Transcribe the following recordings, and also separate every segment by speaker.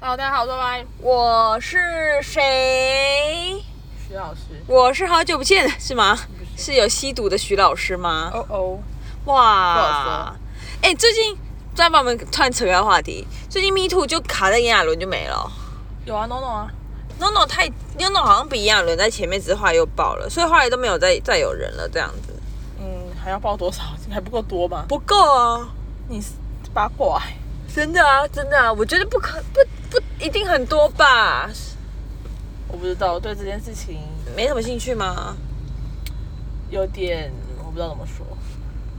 Speaker 1: Hello，大家好，我是拜拜。
Speaker 2: 我是谁？
Speaker 1: 徐老师，
Speaker 2: 我是好久不见，是吗？
Speaker 1: 不是
Speaker 2: 是有吸毒的徐老师吗？
Speaker 1: 哦哦，不好
Speaker 2: 哇！哎、最近再把我们突然扯开话题，最近 Me Too 就卡在炎亚纶就没了。
Speaker 1: 有啊，no no 啊，
Speaker 2: NONO 太 NONO 好像比炎亚纶在前面，只是后来又爆了，所以后来都没有再再有人了，这样子
Speaker 1: 嗯，还要报多少？ 还不够多吗？
Speaker 2: 不够啊！
Speaker 1: 你八卦、欸
Speaker 2: 真的啊，真的啊，我觉得不可不不一定很多吧，
Speaker 1: 我不知道，我对这件事情
Speaker 2: 没什么兴趣吗？
Speaker 1: 有点，我不知道怎么说。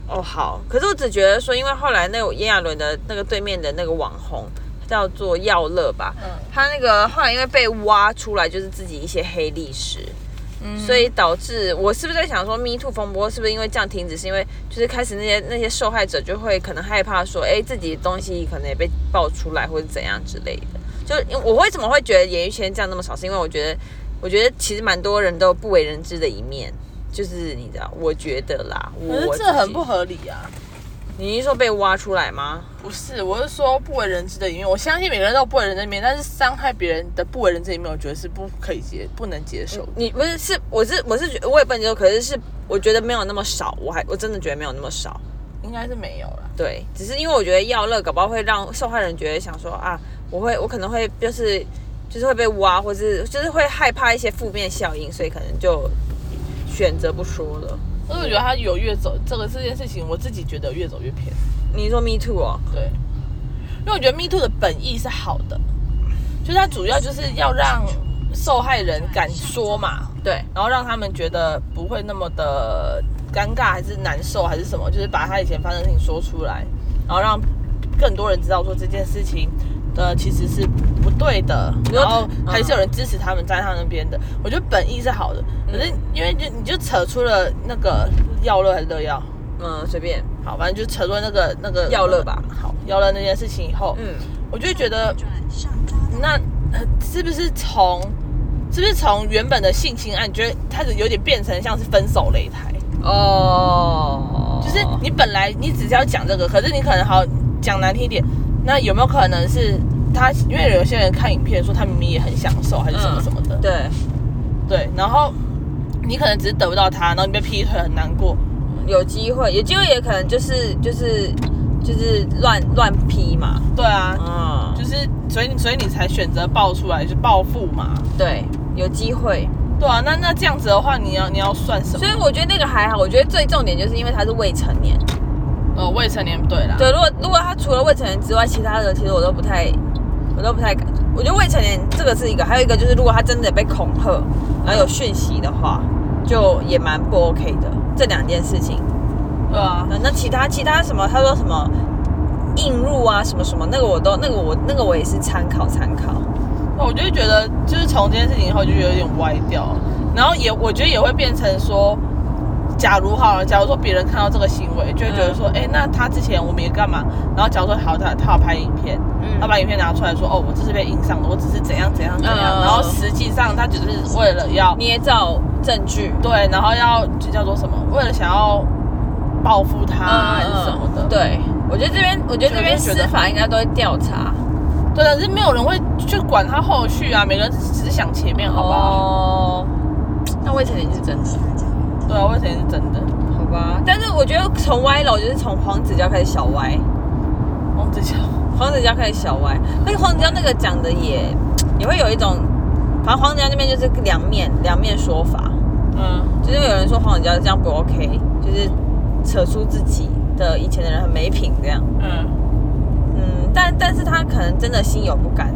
Speaker 2: 哦，好，可是我只觉得说，因为后来那个炎亚纶的那个对面的那个网红叫做耀乐吧，
Speaker 1: 嗯
Speaker 2: 他那个后来因为被挖出来，就是自己一些黑历史，
Speaker 1: 嗯，
Speaker 2: 所以导致我是不是在想说，Me Too 风波是不是因为这样停止，是因为就是开始那些那些受害者就会可能害怕说，哎，自己的东西可能也被爆出来或者怎样之类的。就我为什么会觉得演艺圈这样那么少，是因为我觉得我觉得其实蛮多人都有不为人知的一面。就是你知道，我觉得啦，
Speaker 1: 可
Speaker 2: 我
Speaker 1: 是这
Speaker 2: 自
Speaker 1: 很
Speaker 2: 己
Speaker 1: 不合理啊！
Speaker 2: 你是说被挖出来吗？
Speaker 1: 不是，我是说不为人知的一面。我相信每个人都有不为人知的一面，但是伤害别人的不为人知的一面，我觉得是不可以接、不能接受的。
Speaker 2: 你不是是我是我是觉我也不能接受，可是是我觉得没有那么少，我还我真的觉得没有那么少。
Speaker 1: 应该是没有啦。
Speaker 2: 对，只是因为我觉得药乐搞不好会让受害人觉得想说啊，我会我可能会就是就是会被挖，或是就是会害怕一些负面效应，所以可能就选择不说了。
Speaker 1: 但是我觉得他有越走这个这件事情，我自己觉得越走越偏。
Speaker 2: 你说 me too 哦，
Speaker 1: 对，因为我觉得 Me Too 的本意是好的，就是它主要就是要让受害人敢说嘛，
Speaker 2: 对，
Speaker 1: 然后让他们觉得不会那么的尴尬，还是难受，还是什么，就是把他以前发生的事情说出来，然后让更多人知道说这件事情。呃，其实是不对的，
Speaker 2: 说
Speaker 1: 然后
Speaker 2: 嗯
Speaker 1: 还是有人支持他们，站在他们那边的。我觉得本意是好的，
Speaker 2: 嗯
Speaker 1: 可是因为就你就扯出了那个药乐还是乐药，
Speaker 2: 嗯，随便，
Speaker 1: 好，反正就扯论那个那个
Speaker 2: 药乐吧
Speaker 1: 好，药乐那件事情以后，嗯，
Speaker 2: 嗯，
Speaker 1: 我就会觉得，那呃是不是从是不是从原本的性侵案，你觉得开始有点变成像是分手擂台？
Speaker 2: 哦，
Speaker 1: 就是你本来你只是要讲这个，可是你可能好讲难听一点，那有没有可能是他？因为有些人看影片说他明明也很享受，还是什么什么的，
Speaker 2: 对，嗯
Speaker 1: 对，然后你可能只是得不到他，然后你被劈腿很难过，
Speaker 2: 有机会，有机会也可能就是就是就是乱乱批嘛，
Speaker 1: 对啊，
Speaker 2: 嗯，
Speaker 1: 就是所以你所以你才选择爆出来，就是报复嘛。
Speaker 2: 对，有机会。
Speaker 1: 对啊，那那这样子的话，你要你要算什么
Speaker 2: 所？以我觉得那个还好，我觉得最重点就是因为他是未成年。
Speaker 1: 呃，未成年对啦，
Speaker 2: 对，如啊果如果他除了未成年之外，其他的其实我都不太，我都不太敢。我觉得未成年这个是一个，还有一个就是如果他真的被恐吓，然后有讯息的话，就也蛮不 OK 的。这两件事情，
Speaker 1: 对啊，
Speaker 2: 那那其他其他什么，他说什么映入啊，什么什么，那个我都那个我那个我也是参考参考。
Speaker 1: 那我就会觉得，就是从这件事情以后，就有点歪掉，然后也我觉得也会变成说，假如好了，假如说别人看到这个行为，就会觉
Speaker 2: 嗯
Speaker 1: 得说，哎、那他之前我们也干嘛？然后假如说好，他他要拍影片，
Speaker 2: 嗯
Speaker 1: 他把影片拿出来说，哦，我这是被影上的，我只是怎样怎样怎样，
Speaker 2: 嗯
Speaker 1: 然后实际上他只是为了要
Speaker 2: 捏造证据，
Speaker 1: 对，然后要就叫做什么，为了想要报复他还是什么的，
Speaker 2: 嗯对，我觉得这边我觉得这边
Speaker 1: 就
Speaker 2: 司
Speaker 1: 觉得
Speaker 2: 法应该都会调查，
Speaker 1: 对，但是没有人会去管他后续啊，每个人只是想前面，好不好？
Speaker 2: 哦，那未成年是真的。
Speaker 1: 对啊，为什么是真的？
Speaker 2: 好吧，但是我觉得从歪楼就是从黄子佼开始小歪，
Speaker 1: 王子乔，
Speaker 2: 黄子佼开始小歪，但是黄子佼那个讲的也也会有一种，反正黄子佼那边就是两面两面说法，
Speaker 1: 嗯，
Speaker 2: 就是有人说黄子佼这样不 OK，就是扯出自己的以前的人很没品这样，
Speaker 1: 嗯，
Speaker 2: 嗯，但但是他可能真的心有不甘，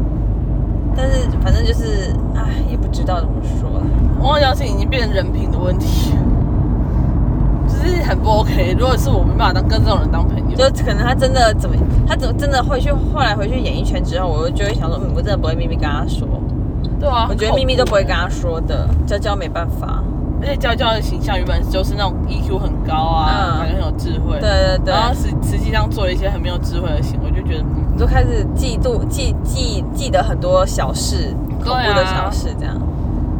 Speaker 2: 但是反正就是唉，也不知道怎么说了，
Speaker 1: 王子乔是已经变成人品的问题，就是很不 OK。如果是我，没办法当跟这种人当朋友。
Speaker 2: 就可能他真的怎么他怎么真的会去后来回去演艺圈之后，我就会想说，嗯，我真的不会秘密跟他说。
Speaker 1: 对啊，
Speaker 2: 我觉得秘密都不会跟他说的，娇娇没办法。
Speaker 1: 而且娇娇的形象原本就是那种 EQ 很高啊，
Speaker 2: 嗯
Speaker 1: 感觉很有智慧。
Speaker 2: 对。对对，
Speaker 1: 然后实实际上做了一些很没有智慧的行为，就觉得嗯
Speaker 2: 你就开始嫉妒、记记记得很多小事，恐
Speaker 1: 对啊
Speaker 2: 怖的小事这样。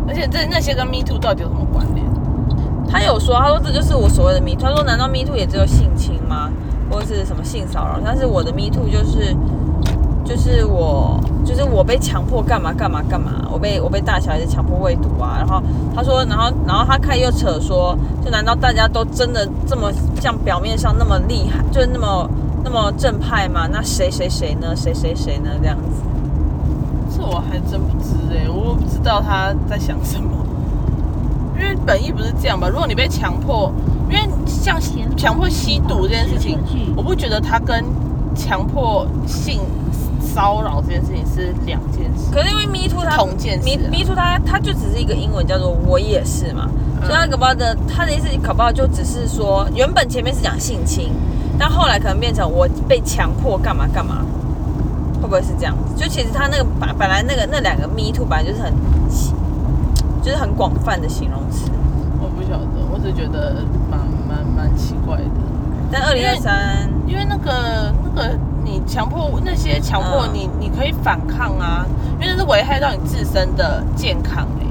Speaker 1: 而且这那些跟 Me Too 到底有什么关联？
Speaker 2: 他有说，他说这就是我所谓的 me too。他说难道 me too 也只有性侵吗？或者是什么性骚扰？但是我的 me too 就是就是我就是我被强迫干嘛干嘛干嘛，我被我被大小孩子强迫喂毒啊。然后他说，然后然后他开始又扯说，就难道大家都真的这么像表面上那么厉害，就是那么那么正派吗？那谁谁谁呢？谁谁谁呢？这样子。
Speaker 1: 这我还真不知哎、我不知道他在想什么。因为本意不是这样吧？如果你被强迫，因为像强迫吸毒这件事情，我不觉得它跟强迫性骚扰这件事情是两件事。
Speaker 2: 可是因为 Me Too 它
Speaker 1: 同件事啊
Speaker 2: Me Me Too 它它就只是一个英文叫做我也是嘛，所以它搞不好的它的意思搞不好就只是说原本前面是讲性侵，但后来可能变成我被强迫干嘛干嘛，会不会是这样子？就其实它那个本本来那个那两个 Me Too 本来就是很就是很广泛的形容词，
Speaker 1: 我不晓得，我只觉得蛮蛮蛮奇怪的。
Speaker 2: 但二零二三
Speaker 1: 因为那个那个你强迫那些强迫
Speaker 2: 嗯
Speaker 1: 你，你可以反抗啊，因为那是危害到你自身的健康哎、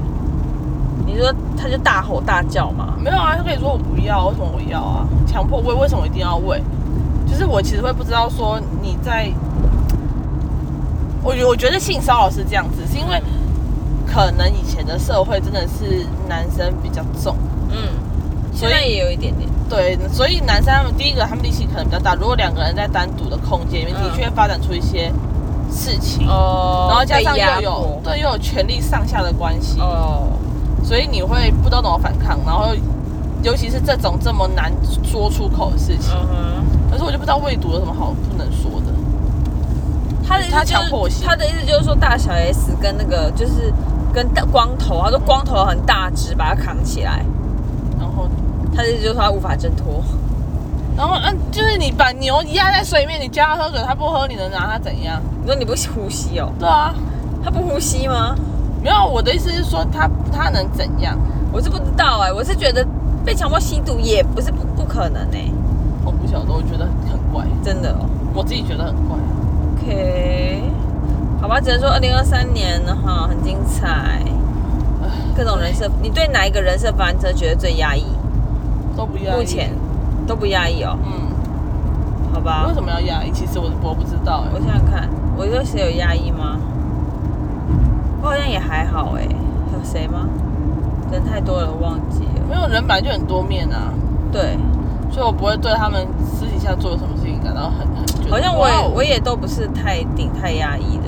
Speaker 2: 你说他就大吼大叫嘛，
Speaker 1: 没有啊，他可以说我不要，为什么我要啊？强迫喂，为什么我一定要喂？就是我其实会不知道说你在，我觉我觉得性骚扰是这样子，是因为可能以前的社会真的是男生比较重，
Speaker 2: 嗯，现
Speaker 1: 所以
Speaker 2: 在也有一点点，
Speaker 1: 对，所以男生他们第一个他们力气可能比较大，如果两个人在单独的空间里面，
Speaker 2: 嗯
Speaker 1: 的确发展出一些事情，
Speaker 2: 哦
Speaker 1: 然后加上
Speaker 2: 被压
Speaker 1: 又有
Speaker 2: 迫
Speaker 1: 对又有权力上下的关系，
Speaker 2: 哦。
Speaker 1: 所以你会不知道怎么反抗，然后尤其是这种这么难说出口的事情，
Speaker 2: 嗯哼
Speaker 1: 可是我就不知道未读有什么好不能说的。
Speaker 2: 他的意思、就是、
Speaker 1: 他强迫我吸
Speaker 2: 他的意思就是说，大小 S 跟那个就是跟大光头，啊他说光头很大只，把他扛起来。
Speaker 1: 然后，
Speaker 2: 他的意思就是说他无法挣脱。
Speaker 1: 然后嗯，就是你把牛压在水里面，你叫他喝水，他不喝，你能拿他怎样？
Speaker 2: 你说你不呼吸哦？
Speaker 1: 对啊，
Speaker 2: 他不呼吸吗？
Speaker 1: 没有，我的意思是说他他能怎样？
Speaker 2: 我是不知道哎、我是觉得被强迫吸毒也不是不不可能哎、
Speaker 1: 我不晓得，我觉得很怪，
Speaker 2: 真的哦。
Speaker 1: 我自己觉得很怪。
Speaker 2: OK，好吧，只能说二零二三年呢哈很精彩，各种人设。你对哪一个人设翻车觉得最压抑？
Speaker 1: 都不压抑。
Speaker 2: 目前都不压抑哦，
Speaker 1: 嗯，
Speaker 2: 好吧
Speaker 1: 为。什么要压抑？其实我我不知道哎、
Speaker 2: 我想想看，我对谁有压抑吗？我好像也还好哎、有谁吗？人太多了，我忘记了。
Speaker 1: 没有人本来就很多面啊，
Speaker 2: 对，
Speaker 1: 所以我不会对他们私底下做什么事情感到很很觉得
Speaker 2: 好像我
Speaker 1: 哇
Speaker 2: 也
Speaker 1: 哦
Speaker 2: 我也都不是太顶太压抑的。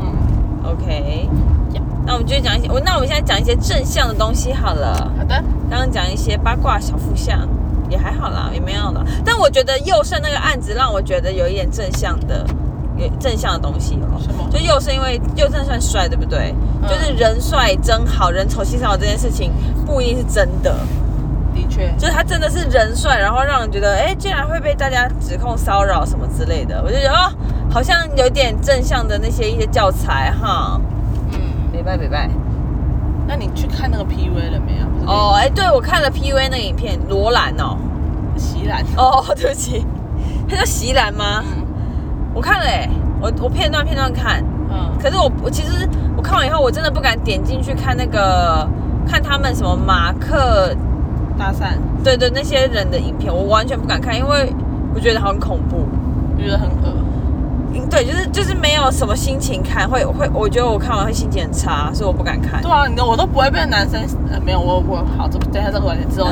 Speaker 1: 嗯
Speaker 2: OK，
Speaker 1: Yeah
Speaker 2: 那我们就讲一些，我那我们现在讲一些正向的东西好了。
Speaker 1: 好的，
Speaker 2: 刚刚讲一些八卦小负向，也还好啦，也没有啦。但我觉得佑胜那个案子让我觉得有一点正向的，有正向的东西哦。
Speaker 1: 什么
Speaker 2: 就佑胜，因为佑胜算帅，对不对？
Speaker 1: 嗯
Speaker 2: 就是人帅真好，人丑心骚扰这件事情不一定是真的，
Speaker 1: 的确
Speaker 2: 就是他真的是人帅，然后让人觉得，哎，竟然会被大家指控骚扰什么之类的，我就觉得哦，好像有点正向的那些一些教材哈。
Speaker 1: 嗯，
Speaker 2: 明白明白。
Speaker 1: 那你去看那个 PUA 了没有？
Speaker 2: 哦，哎，对，我看了 P U A 那个影片，罗兰哦。
Speaker 1: 席兰，
Speaker 2: 哦， 对不起，他叫席兰吗？
Speaker 1: 嗯
Speaker 2: 我看了哎、我我片段片段看，
Speaker 1: 嗯
Speaker 2: 可是我我其实我看完以后，我真的不敢点进去看那个看他们什么马克，
Speaker 1: 搭讪，
Speaker 2: 对对那些人的影片，我完全不敢看，因为我觉得很恐怖。
Speaker 1: 我觉得很恶。
Speaker 2: 嗯对，就是就是没有什么心情看，会会，我觉得我看完会心情很差，所以我不敢看
Speaker 1: 对。啊，你的我都不会被男生，呃、没有我我好，这等一下这个完 之后，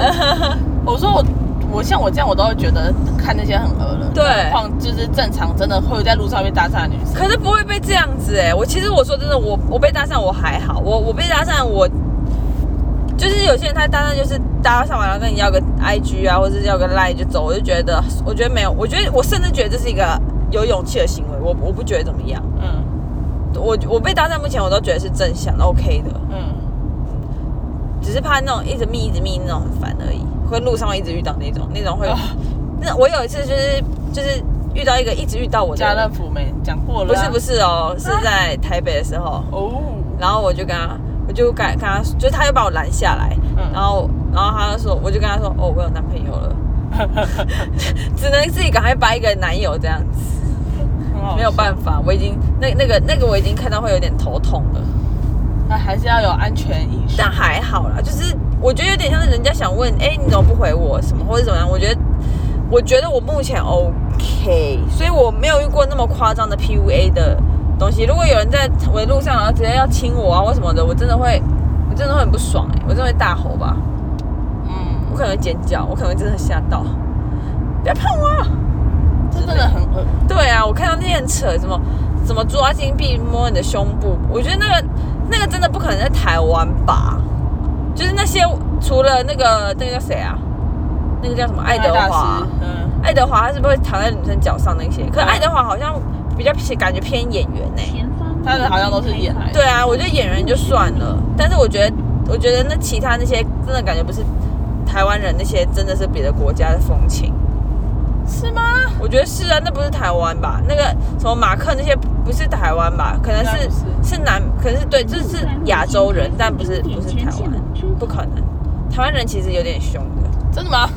Speaker 1: 我说我我像我这样，我都会觉得看那些很恶了。
Speaker 2: 对
Speaker 1: 何况就是正常真的会在路上被搭讪的女生。
Speaker 2: 可是不会被这样子哎、我其实我说真的，我我被搭讪我还好，我我被搭讪我就是有些人他搭讪就是搭讪完了跟你要个 IG 啊，或者是要个 line 就走，我就觉得我觉得没有，我觉得我甚至觉得这是一个有勇气的行为，我我不觉得怎么样，
Speaker 1: 嗯
Speaker 2: 我我被搭讪目前我都觉得是正向的 OK 的，
Speaker 1: 嗯，
Speaker 2: 只是怕那种一直密一直密那种很烦而已，会路上会一直遇到那种那种会，
Speaker 1: 啊
Speaker 2: 那我有一次就是就是遇到一个一直遇到我的
Speaker 1: 家
Speaker 2: 人，
Speaker 1: 乐福没讲过了、啊
Speaker 2: 不是不，是哦，是在台北的时候。
Speaker 1: 哦，
Speaker 2: 然后我就跟他，我就跟跟他，就是他又把我拦下来，
Speaker 1: 嗯
Speaker 2: 然后然后他就说，我就跟他说，哦，我有男朋友了， 只能自己赶快掰一个男友这样子，
Speaker 1: 很好笑
Speaker 2: 没有，办法，我已经那那个那个我已经看到会有点头痛了，
Speaker 1: 那还是要有安全意识。
Speaker 2: 但还好啦，就是我觉得有点像是人家想问，哎，你怎么不回我什么或者怎么样，我觉得我觉得我目前 OK，所以我没有遇过那么夸张的 PUA 的东西。如果有人在围路上，然后直接要亲我啊或什么的，我真的会，我真的会很不爽哎、我真的会大吼吧，
Speaker 1: 嗯，
Speaker 2: 我可能会尖叫，我可能会真的吓到，不要碰我！
Speaker 1: 这真的很恶。
Speaker 2: 对啊，我看到那些很扯，什么什么抓金币摸你的胸部，我觉得那个那个真的不可能在台湾吧？就是那些除了那个那个叫谁啊？那个叫什么爱德
Speaker 1: 大
Speaker 2: 华
Speaker 1: 师？嗯，
Speaker 2: 爱德华他是不是躺在女生脚上那些？可是爱德华好像比较偏感觉偏演员呢、
Speaker 1: 他的好像都是演来的。
Speaker 2: 对啊，我觉得演员就算了，但是我觉得我觉得那其他那些真的感觉不是台湾人那些，真的是别的国家的风情。
Speaker 1: 是吗？
Speaker 2: 我觉得是啊，那不是台湾吧？那个什么马克那些不是台湾吧？可能是
Speaker 1: 应该不
Speaker 2: 是嗯南，可能是对，这是亚洲人，但不是不是台湾，不可能。台湾人其实有点凶的，
Speaker 1: 真的吗？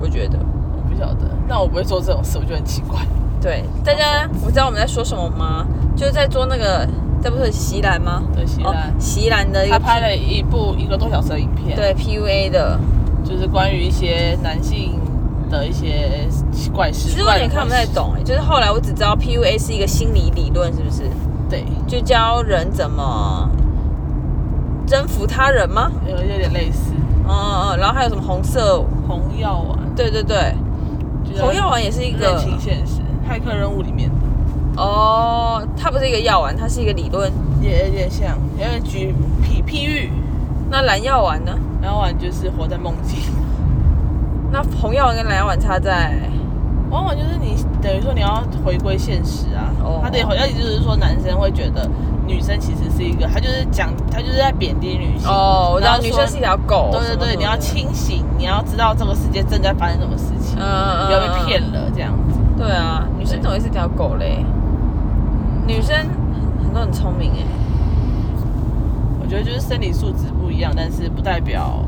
Speaker 2: 我觉得。
Speaker 1: 我不晓得，但我不会做这种事，我觉得很奇怪。
Speaker 2: 对，大家我知道我们在说什么吗？就是在做那个，这不是席兰吗？
Speaker 1: 对，西兰
Speaker 2: 哦，，席兰的一
Speaker 1: 他
Speaker 2: 个
Speaker 1: 拍了一部一个多小时的影片，，
Speaker 2: 对 PUA 的，
Speaker 1: 就是关于一些男性的一些怪事。
Speaker 2: 其实我有点看不太懂哎、就是后来我只知道 PUA 是一个心理理论，是不是？
Speaker 1: 怪事，
Speaker 2: 就教人怎么征服他人吗？
Speaker 1: 对，有有点类似
Speaker 2: 嗯嗯，嗯，然后还有什么红色？
Speaker 1: 红药丸，
Speaker 2: 对对对，
Speaker 1: 就是
Speaker 2: 红药丸也是一
Speaker 1: 认
Speaker 2: 个
Speaker 1: 清现实，骇客任务里面的
Speaker 2: 哦，它不是一个药丸，它是一个理论。
Speaker 1: 也有点像，有点举譬譬喻，
Speaker 2: 那蓝药丸呢？
Speaker 1: 然后丸就是活在梦境，
Speaker 2: 那红药丸跟蓝药丸差在
Speaker 1: 往往就是你等于说你要回归现实啊。
Speaker 2: 哦
Speaker 1: 他的好像也就是说，男生会觉得女生其实是一个，他就是讲他就是在贬低女性。
Speaker 2: 哦，我知
Speaker 1: 然
Speaker 2: 道
Speaker 1: 后
Speaker 2: 女
Speaker 1: 说
Speaker 2: 生是一条狗。
Speaker 1: 对
Speaker 2: 什
Speaker 1: 对
Speaker 2: 么什
Speaker 1: 对，
Speaker 2: 么
Speaker 1: 你要
Speaker 2: 的。
Speaker 1: 清醒，你要知道这个世界正在发生什么事情，
Speaker 2: 嗯嗯嗯
Speaker 1: 不要被骗了这样子。
Speaker 2: 对啊，女生怎么会是条狗嘞？嗯女生很多很聪明哎。嗯
Speaker 1: 我觉得就是生理素质不一样，但是不代表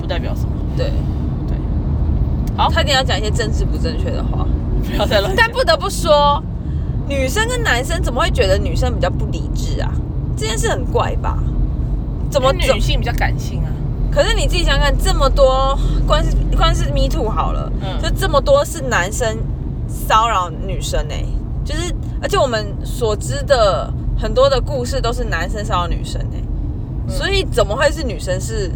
Speaker 1: 不代表什么。
Speaker 2: 对，
Speaker 1: 对，
Speaker 2: 她一定要讲一些政治不正确的话。
Speaker 1: 不要再乱讲。
Speaker 2: 但不得不说，女生跟男生怎么会觉得女生比较不理智啊？这件事很怪吧？怎么
Speaker 1: 因为
Speaker 2: 怎
Speaker 1: 女性比较感性啊？
Speaker 2: 可是你自己想想看，这么多光是光是 Me Too 好了，
Speaker 1: 嗯
Speaker 2: 就这么多是男生骚扰女生哎、就是而且我们所知的很多的故事都是男生骚扰女生哎、
Speaker 1: 嗯
Speaker 2: 所以怎么会是女生是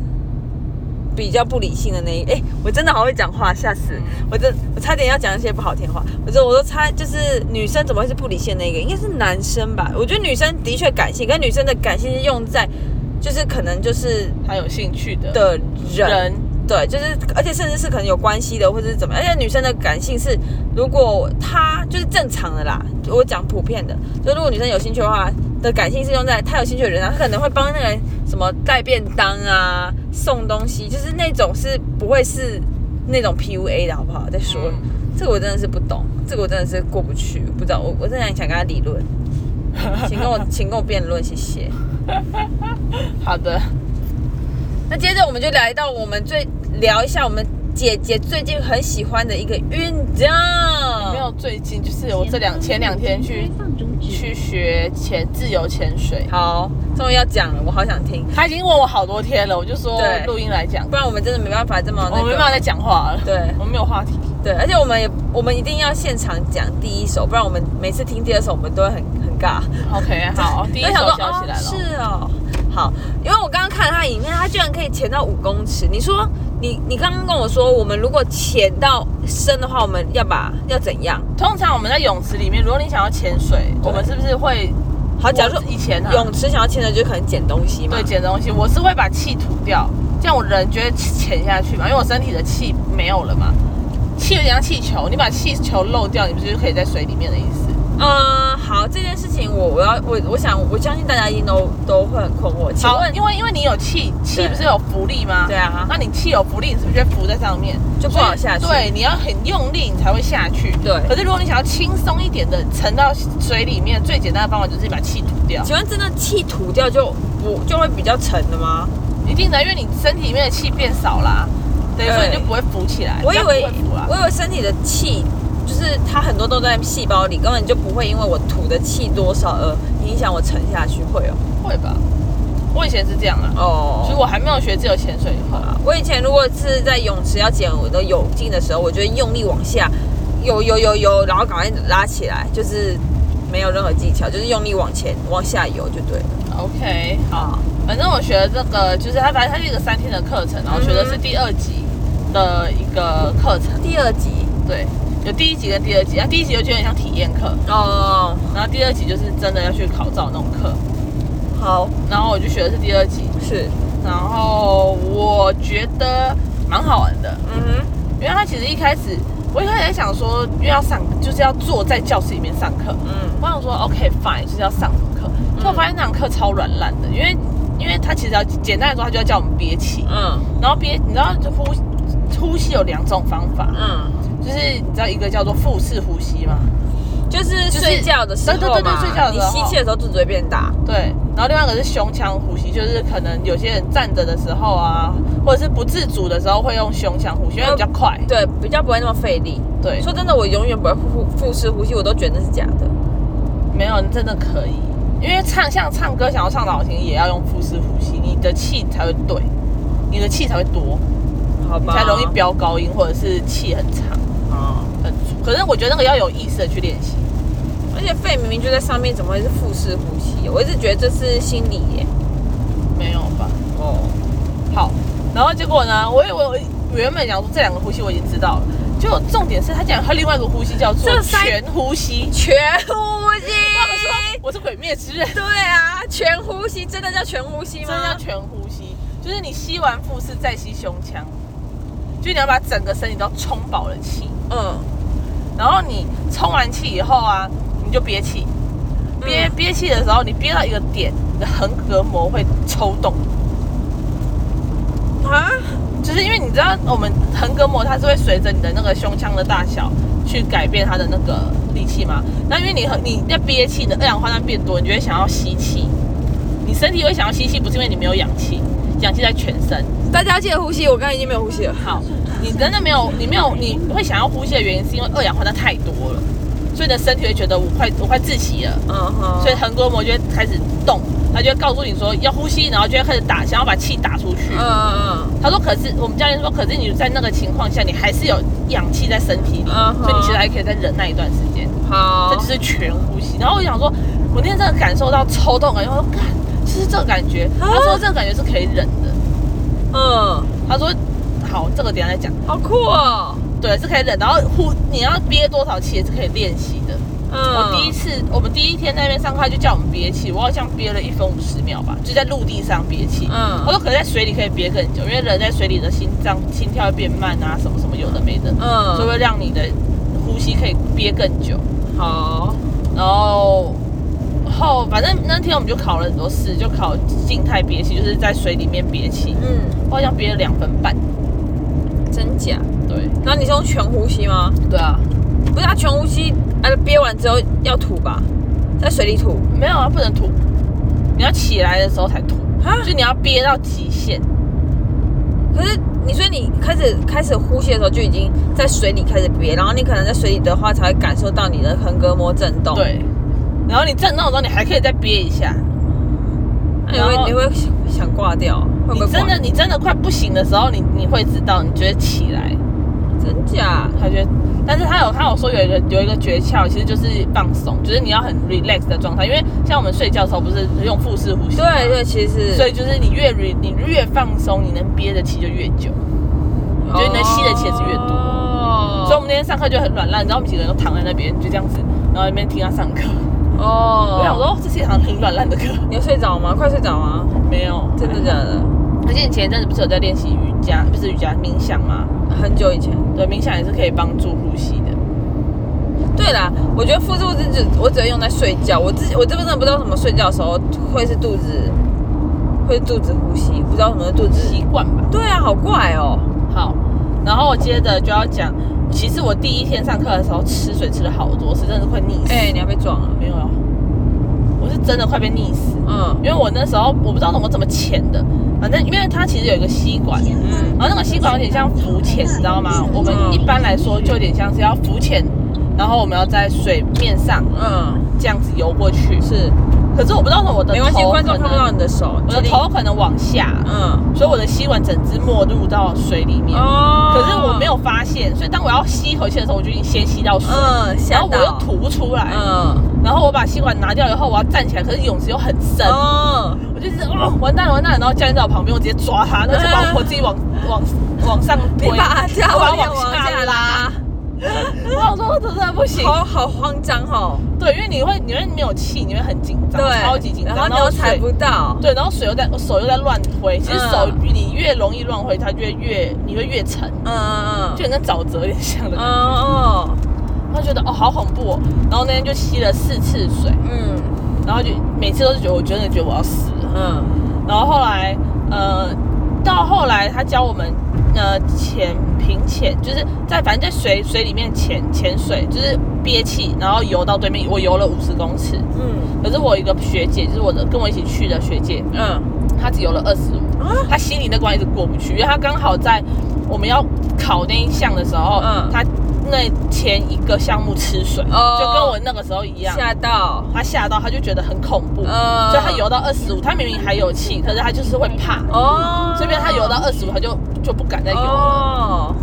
Speaker 2: 比较不理性的那一？哎、我真的好会讲话，吓死！
Speaker 1: 嗯
Speaker 2: 我真我差点要讲一些不好听话，我说我说差就是女生怎么会是不理性的那一个？应该是男生吧？我觉得女生的确感性，跟女生的感性是用在就是可能就是
Speaker 1: 她有兴趣的
Speaker 2: 的人，
Speaker 1: 人
Speaker 2: 对，就是而且甚至是可能有关系的，或者是怎么样。而且女生的感性是，如果她就是正常的啦，我讲普遍的，就如果女生有兴趣的话的感性是用在她有兴趣的人上，她可能会帮那个人什么带便当啊、送东西，就是那种是不会是那种 PUA 的好不好？再说了。
Speaker 1: 嗯
Speaker 2: 这个我真的是不懂，这个我真的是过不去，不知道我我真的很想跟他理论，请跟我请跟我辩论，谢谢。
Speaker 1: 好的，
Speaker 2: 嗯那接着我们就来到我们最聊一下我们姐姐最近很喜欢的一个运动，
Speaker 1: 没有最近就是我这两前两天去去学潜自由潜水，
Speaker 2: 好，终于要讲了，我好想听，
Speaker 1: 他已经问我好多天了，我就说
Speaker 2: 对
Speaker 1: 录音来讲
Speaker 2: 不，然我们真的没办法这么那
Speaker 1: 我
Speaker 2: 个，
Speaker 1: 没办法再讲话了，
Speaker 2: 对
Speaker 1: 我没有话题。
Speaker 2: 对，而且我们也我们一定要现场讲第一首，不然我们每次听第二首我们都会很很尬。
Speaker 1: OK，好，第一
Speaker 2: 我
Speaker 1: 首
Speaker 2: 想说
Speaker 1: 消息来了，
Speaker 2: 哦，是哦，好，因为我刚刚看了他的影片，他居然可以潜到五公尺。你说你你刚刚跟我说，我们如果潜到深的话，我们要把要怎样？
Speaker 1: 通常我们在泳池里面，如果你想要潜水，我们是不是会
Speaker 2: 好，假如
Speaker 1: 我以前啊
Speaker 2: 泳池想要潜的，就可能捡东西嘛。
Speaker 1: 对捡东西？我是会把气吐掉，这样我人就会潜下去嘛，因为我身体的气没有了嘛。气有点像气球，你把气球漏掉，你不是就可以在水里面的意思？
Speaker 2: 嗯，好，这件事情我我要我我想我相信大家一定都都会很困惑。请
Speaker 1: 好，
Speaker 2: 问
Speaker 1: 因为因为你有气，气
Speaker 2: 对
Speaker 1: 不是有浮力吗？
Speaker 2: 对啊
Speaker 1: 那你气有浮力，你是不是就浮在上面，
Speaker 2: 就不好下去
Speaker 1: 所以对，你要很用力，你才会下去。
Speaker 2: 对
Speaker 1: 可是如果你想要轻松一点的沉到水里面，最简单的方法就是把气吐掉。
Speaker 2: 请问真的气吐掉就不就会比较沉的吗？
Speaker 1: 一定的，因为你身体里面的气变少啦，等于说
Speaker 2: 对
Speaker 1: 你就不会浮起来。
Speaker 2: 我以为
Speaker 1: 这样不会浮啦啊
Speaker 2: 我以为身体的气就是它很多都在细胞里，根本就不会因为我吐的气多少而影响我沉下去，会哦。
Speaker 1: 会吧？我以前是这样啊，
Speaker 2: 哦
Speaker 1: 所以我还没有学自由潜水以后，
Speaker 2: 我以前如果是在泳池要捡我的泳镜的时候，我就会用力往下，游游游游，然后赶快拉起来，就是没有任何技巧，就是用力往前往下游就对了。
Speaker 1: OK，好，反正我学的这个就是它，反正它是一个三天的课程，然后学的是第二级的一个课程，
Speaker 2: 第二集
Speaker 1: 对，有第一集跟第二集，那第一集就觉得有点像体验课，
Speaker 2: 哦，
Speaker 1: 然后第二集就是真的要去考照那种课，
Speaker 2: 好
Speaker 1: 然后我就学的是第二集，
Speaker 2: 是，
Speaker 1: 然后我觉得蛮好玩的，
Speaker 2: 嗯哼，
Speaker 1: 因为它其实一开始我一开始在想说，因为要上就是要坐在教室里面上课，
Speaker 2: 嗯
Speaker 1: 我想说 OK fine，就是要上什么课，就我发现那堂课超软烂的，因为因为它其实要简单来说，它就要叫我们憋气，
Speaker 2: 嗯
Speaker 1: 然后憋，你知道就呼呼吸有两种方法，
Speaker 2: 嗯，
Speaker 1: 就是你知道一个叫做腹式呼吸嘛，
Speaker 2: 就是睡觉的时候嘛，
Speaker 1: 对对对对睡觉的时
Speaker 2: 你
Speaker 1: 候
Speaker 2: 吸气的时候肚子会变大，
Speaker 1: 对，然后另外一个是胸腔呼吸，就是可能有些人站着的时候啊，或者是不自主的时候会用胸腔呼吸，因为比较快，
Speaker 2: 对，比较不会那么费力。
Speaker 1: 对，
Speaker 2: 说真的，我永远不会腹腹式呼吸，我都觉得那是假的。嗯
Speaker 1: 没有，你真的可以。因为唱像唱歌，想要唱的好听，也要用腹式呼吸，你的气才会对，你的气才会多。
Speaker 2: 好吧，
Speaker 1: 才容易飙高音，或者是气很长、
Speaker 2: 哦。
Speaker 1: 很粗。可是我觉得那个要有意识的去练习。
Speaker 2: 而且肺明明就在上面，怎么会是腹式呼吸？我一直觉得这是心理耶。
Speaker 1: 没有吧？
Speaker 2: 哦，
Speaker 1: 好，然后结果呢？我以为我原本想说这两个呼吸我已经知道了，结果重点是他讲他另外一个呼吸叫做
Speaker 2: 这三
Speaker 1: 全呼吸。
Speaker 2: 全呼
Speaker 1: 我想说
Speaker 2: 吸。
Speaker 1: 我是鬼灭之刃，
Speaker 2: 对啊，全呼吸真的叫全呼吸
Speaker 1: 这
Speaker 2: 吗
Speaker 1: 叫？全呼吸，就是你吸完腹式再吸胸腔，就你要把整个身体都充饱了气，
Speaker 2: 嗯，
Speaker 1: 然后你充完气以后啊，你就憋气。憋
Speaker 2: 嗯
Speaker 1: 憋气的时候，你憋到一个点，你的横膈膜会抽动，
Speaker 2: 啊，
Speaker 1: 就是因为你知道，我们横膈膜它是会随着你的那个胸腔的大小去改变它的那个力气嘛。那因为你和你在憋气，你的二氧化碳变多，你就会想要吸气。你身体会想要吸气，不是因为你没有氧气，氧气在全身。
Speaker 2: 大家要记得呼吸，我刚刚已经没有呼吸了。
Speaker 1: 好，你真的没有，你没有，你会想要呼吸的原因是因为二氧化碳太多了，所以你的身体会觉得我快我快窒息了，
Speaker 2: 嗯哼，
Speaker 1: 所以横膈膜就会开始动，它就会告诉你说要呼吸，然后就会开始打，想要把气打出去。
Speaker 2: 嗯嗯
Speaker 1: 他说：“可是我们教练说，可是你在那个情况下，你还是有氧气在身体里
Speaker 2: 嗯哼
Speaker 1: 所以你其实还可以再忍耐一段时间。
Speaker 2: 嗯，好，
Speaker 1: 这就是全呼吸。然后我想说，我那天真的感受到抽动感觉，我说干，就是这个感觉。
Speaker 2: 啊
Speaker 1: 他说这个感觉是可以忍的。
Speaker 2: 嗯，
Speaker 1: 他说好，这个等一下再讲。
Speaker 2: 好酷哦。
Speaker 1: 对，是可以忍。然后呼，你要憋多少气也是可以练习的。
Speaker 2: 嗯，
Speaker 1: 我第一次，我们第一天在那边上课他就叫我们憋气，我好像憋了一分五十秒吧，就在陆地上憋气。
Speaker 2: 嗯
Speaker 1: 他说可能在水里可以憋更久，因为人在水里的心脏心跳会变慢啊，什么什么有的没的，
Speaker 2: 嗯，
Speaker 1: 所以会让你的呼吸可以憋更久。
Speaker 2: 好，
Speaker 1: 然后后反正那天我们就考了很多试，就考静态憋气，就是在水里面憋气，
Speaker 2: 嗯，
Speaker 1: 我好像憋了两分半。
Speaker 2: 真假？
Speaker 1: 对
Speaker 2: 然后你是用全呼吸吗？
Speaker 1: 对啊，
Speaker 2: 不是，它全呼吸，啊，憋完之后要吐吧，在水里吐
Speaker 1: 没有啊，不能吐，你要起来的时候才吐，
Speaker 2: 啊
Speaker 1: 就你要憋到极限。
Speaker 2: 可是你所以你开始开始呼吸的时候就已经在水里开始憋，然后你可能在水里的话才会感受到你的横膈膜震动。，
Speaker 1: 对，然后你震动的时候，你还可以再憋一下。
Speaker 2: 那哎你
Speaker 1: 然后
Speaker 2: 会你会想挂掉，会不
Speaker 1: 你
Speaker 2: 会挂
Speaker 1: 真的你真的快不行的时候，你你会知道，你觉得起来，
Speaker 2: 真假？
Speaker 1: 他觉得。但是他有他有说有一个有一个诀窍，其实就是放松，就是你要很 relax 的状态，因为像我们睡觉的时候不是用腹式呼吸吗，
Speaker 2: 对对，其实
Speaker 1: 所以就是你越 re 你越放松，你能憋的气就越久。
Speaker 2: 你
Speaker 1: 觉得你能吸的气也是越多
Speaker 2: 哦，
Speaker 1: 所以我们那天上课就很软烂，然后我们几个人都躺在那边就这样子，然后那边听他上课。
Speaker 2: 哦，
Speaker 1: 我想说，哦这是一堂很软烂的课，
Speaker 2: 你有睡着吗？快睡着吗？
Speaker 1: 没有
Speaker 2: 真的假的？
Speaker 1: 而且你前一阵子不是有在练习瑜伽，不是瑜伽冥想吗？
Speaker 2: 很久以前。
Speaker 1: 对，冥想也是可以帮助呼吸的。
Speaker 2: 对啦，我觉得腹式我只只我只会用在睡觉，我自己我这边真的不知道什么睡觉的时候会是肚子会肚子呼吸，不知道什么是肚子。
Speaker 1: 习惯吧。
Speaker 2: 对啊，好怪哦。
Speaker 1: 好，然后我接着就要讲，其实我第一天上课的时候吃水吃了好多次，真的是快溺死。
Speaker 2: 哎、你要被撞了。
Speaker 1: 没有啊，我是真的快被溺死，
Speaker 2: 嗯
Speaker 1: 因为我那时候我不知道我怎么潜的，反正因为它其实有一个吸管。
Speaker 2: 嗯，
Speaker 1: 然后那个吸管有点像浮潜，你知道吗？我们
Speaker 2: 嗯
Speaker 1: 一般来说就有点像是要浮潜，然后我们要在水面上
Speaker 2: 嗯，
Speaker 1: 这样子游过去。
Speaker 2: 是，
Speaker 1: 可是我不知道为什么我的
Speaker 2: 没关系，
Speaker 1: 头
Speaker 2: 观众
Speaker 1: 可
Speaker 2: 看
Speaker 1: 能
Speaker 2: 不到你的手，
Speaker 1: 我的头可能往下，
Speaker 2: 嗯，
Speaker 1: 所以我的吸管整只没入到水里面。
Speaker 2: 哦，
Speaker 1: 可是我没，有发现，所以当我要吸一口气的时候，我就已经先吸到水，
Speaker 2: 嗯，
Speaker 1: 然
Speaker 2: 吓
Speaker 1: 后我又
Speaker 2: 到，
Speaker 1: 吐不出来，
Speaker 2: 嗯，
Speaker 1: 然后我把吸管拿掉以后，我要站起来，可是泳池又很深，
Speaker 2: 哦，
Speaker 1: 我就是哦完蛋了完蛋了，然后教练在我旁边，我直接抓他，那就把我自己往往往上
Speaker 2: 嗯你
Speaker 1: 推，
Speaker 2: 把它
Speaker 1: 我把它
Speaker 2: 往
Speaker 1: 往下
Speaker 2: 下
Speaker 1: 拉
Speaker 2: 拉，
Speaker 1: 我想说真的不行，
Speaker 2: 好好慌张哦，
Speaker 1: 对，因为你会你会没有气，你会很紧张，
Speaker 2: 对，
Speaker 1: 超级紧张，
Speaker 2: 然后你又踩不到，
Speaker 1: 对，然后水又在手又在乱挥，其实
Speaker 2: 嗯
Speaker 1: 手你越容易乱挥，它就会越你会越沉，
Speaker 2: 嗯嗯
Speaker 1: 就很跟沼泽有点像
Speaker 2: 嗯，
Speaker 1: 的感觉。
Speaker 2: 哦哦，
Speaker 1: 他觉得哦好恐怖哦，然后那天就吸了四次水，
Speaker 2: 嗯
Speaker 1: 然后就每次都是觉得我真的觉得我要死了。
Speaker 2: 嗯
Speaker 1: 然后后来呃，到后来他教我们呃潜平潜，就是在反正在水水里面潜潜水，就是憋气，然后游到对面，我游了五十公尺。
Speaker 2: 嗯
Speaker 1: 可是我有一个学姐，就是我的跟我一起去的学姐，
Speaker 2: 嗯，
Speaker 1: 她只游了二十五，
Speaker 2: 啊，
Speaker 1: 她心里那关一直过不去，因为她刚好在我们要考那一项的时候，
Speaker 2: 嗯
Speaker 1: 她那前一个项目吃水，
Speaker 2: 哦
Speaker 1: 就跟我那个时候一样，
Speaker 2: 吓到，
Speaker 1: 她吓到，她就觉得很恐怖，
Speaker 2: 嗯
Speaker 1: 所以她游到二十五，她明明还有气，可是她就是会怕，
Speaker 2: 哦，
Speaker 1: 这边她游到二十五，她就就不敢再游了。
Speaker 2: 哦，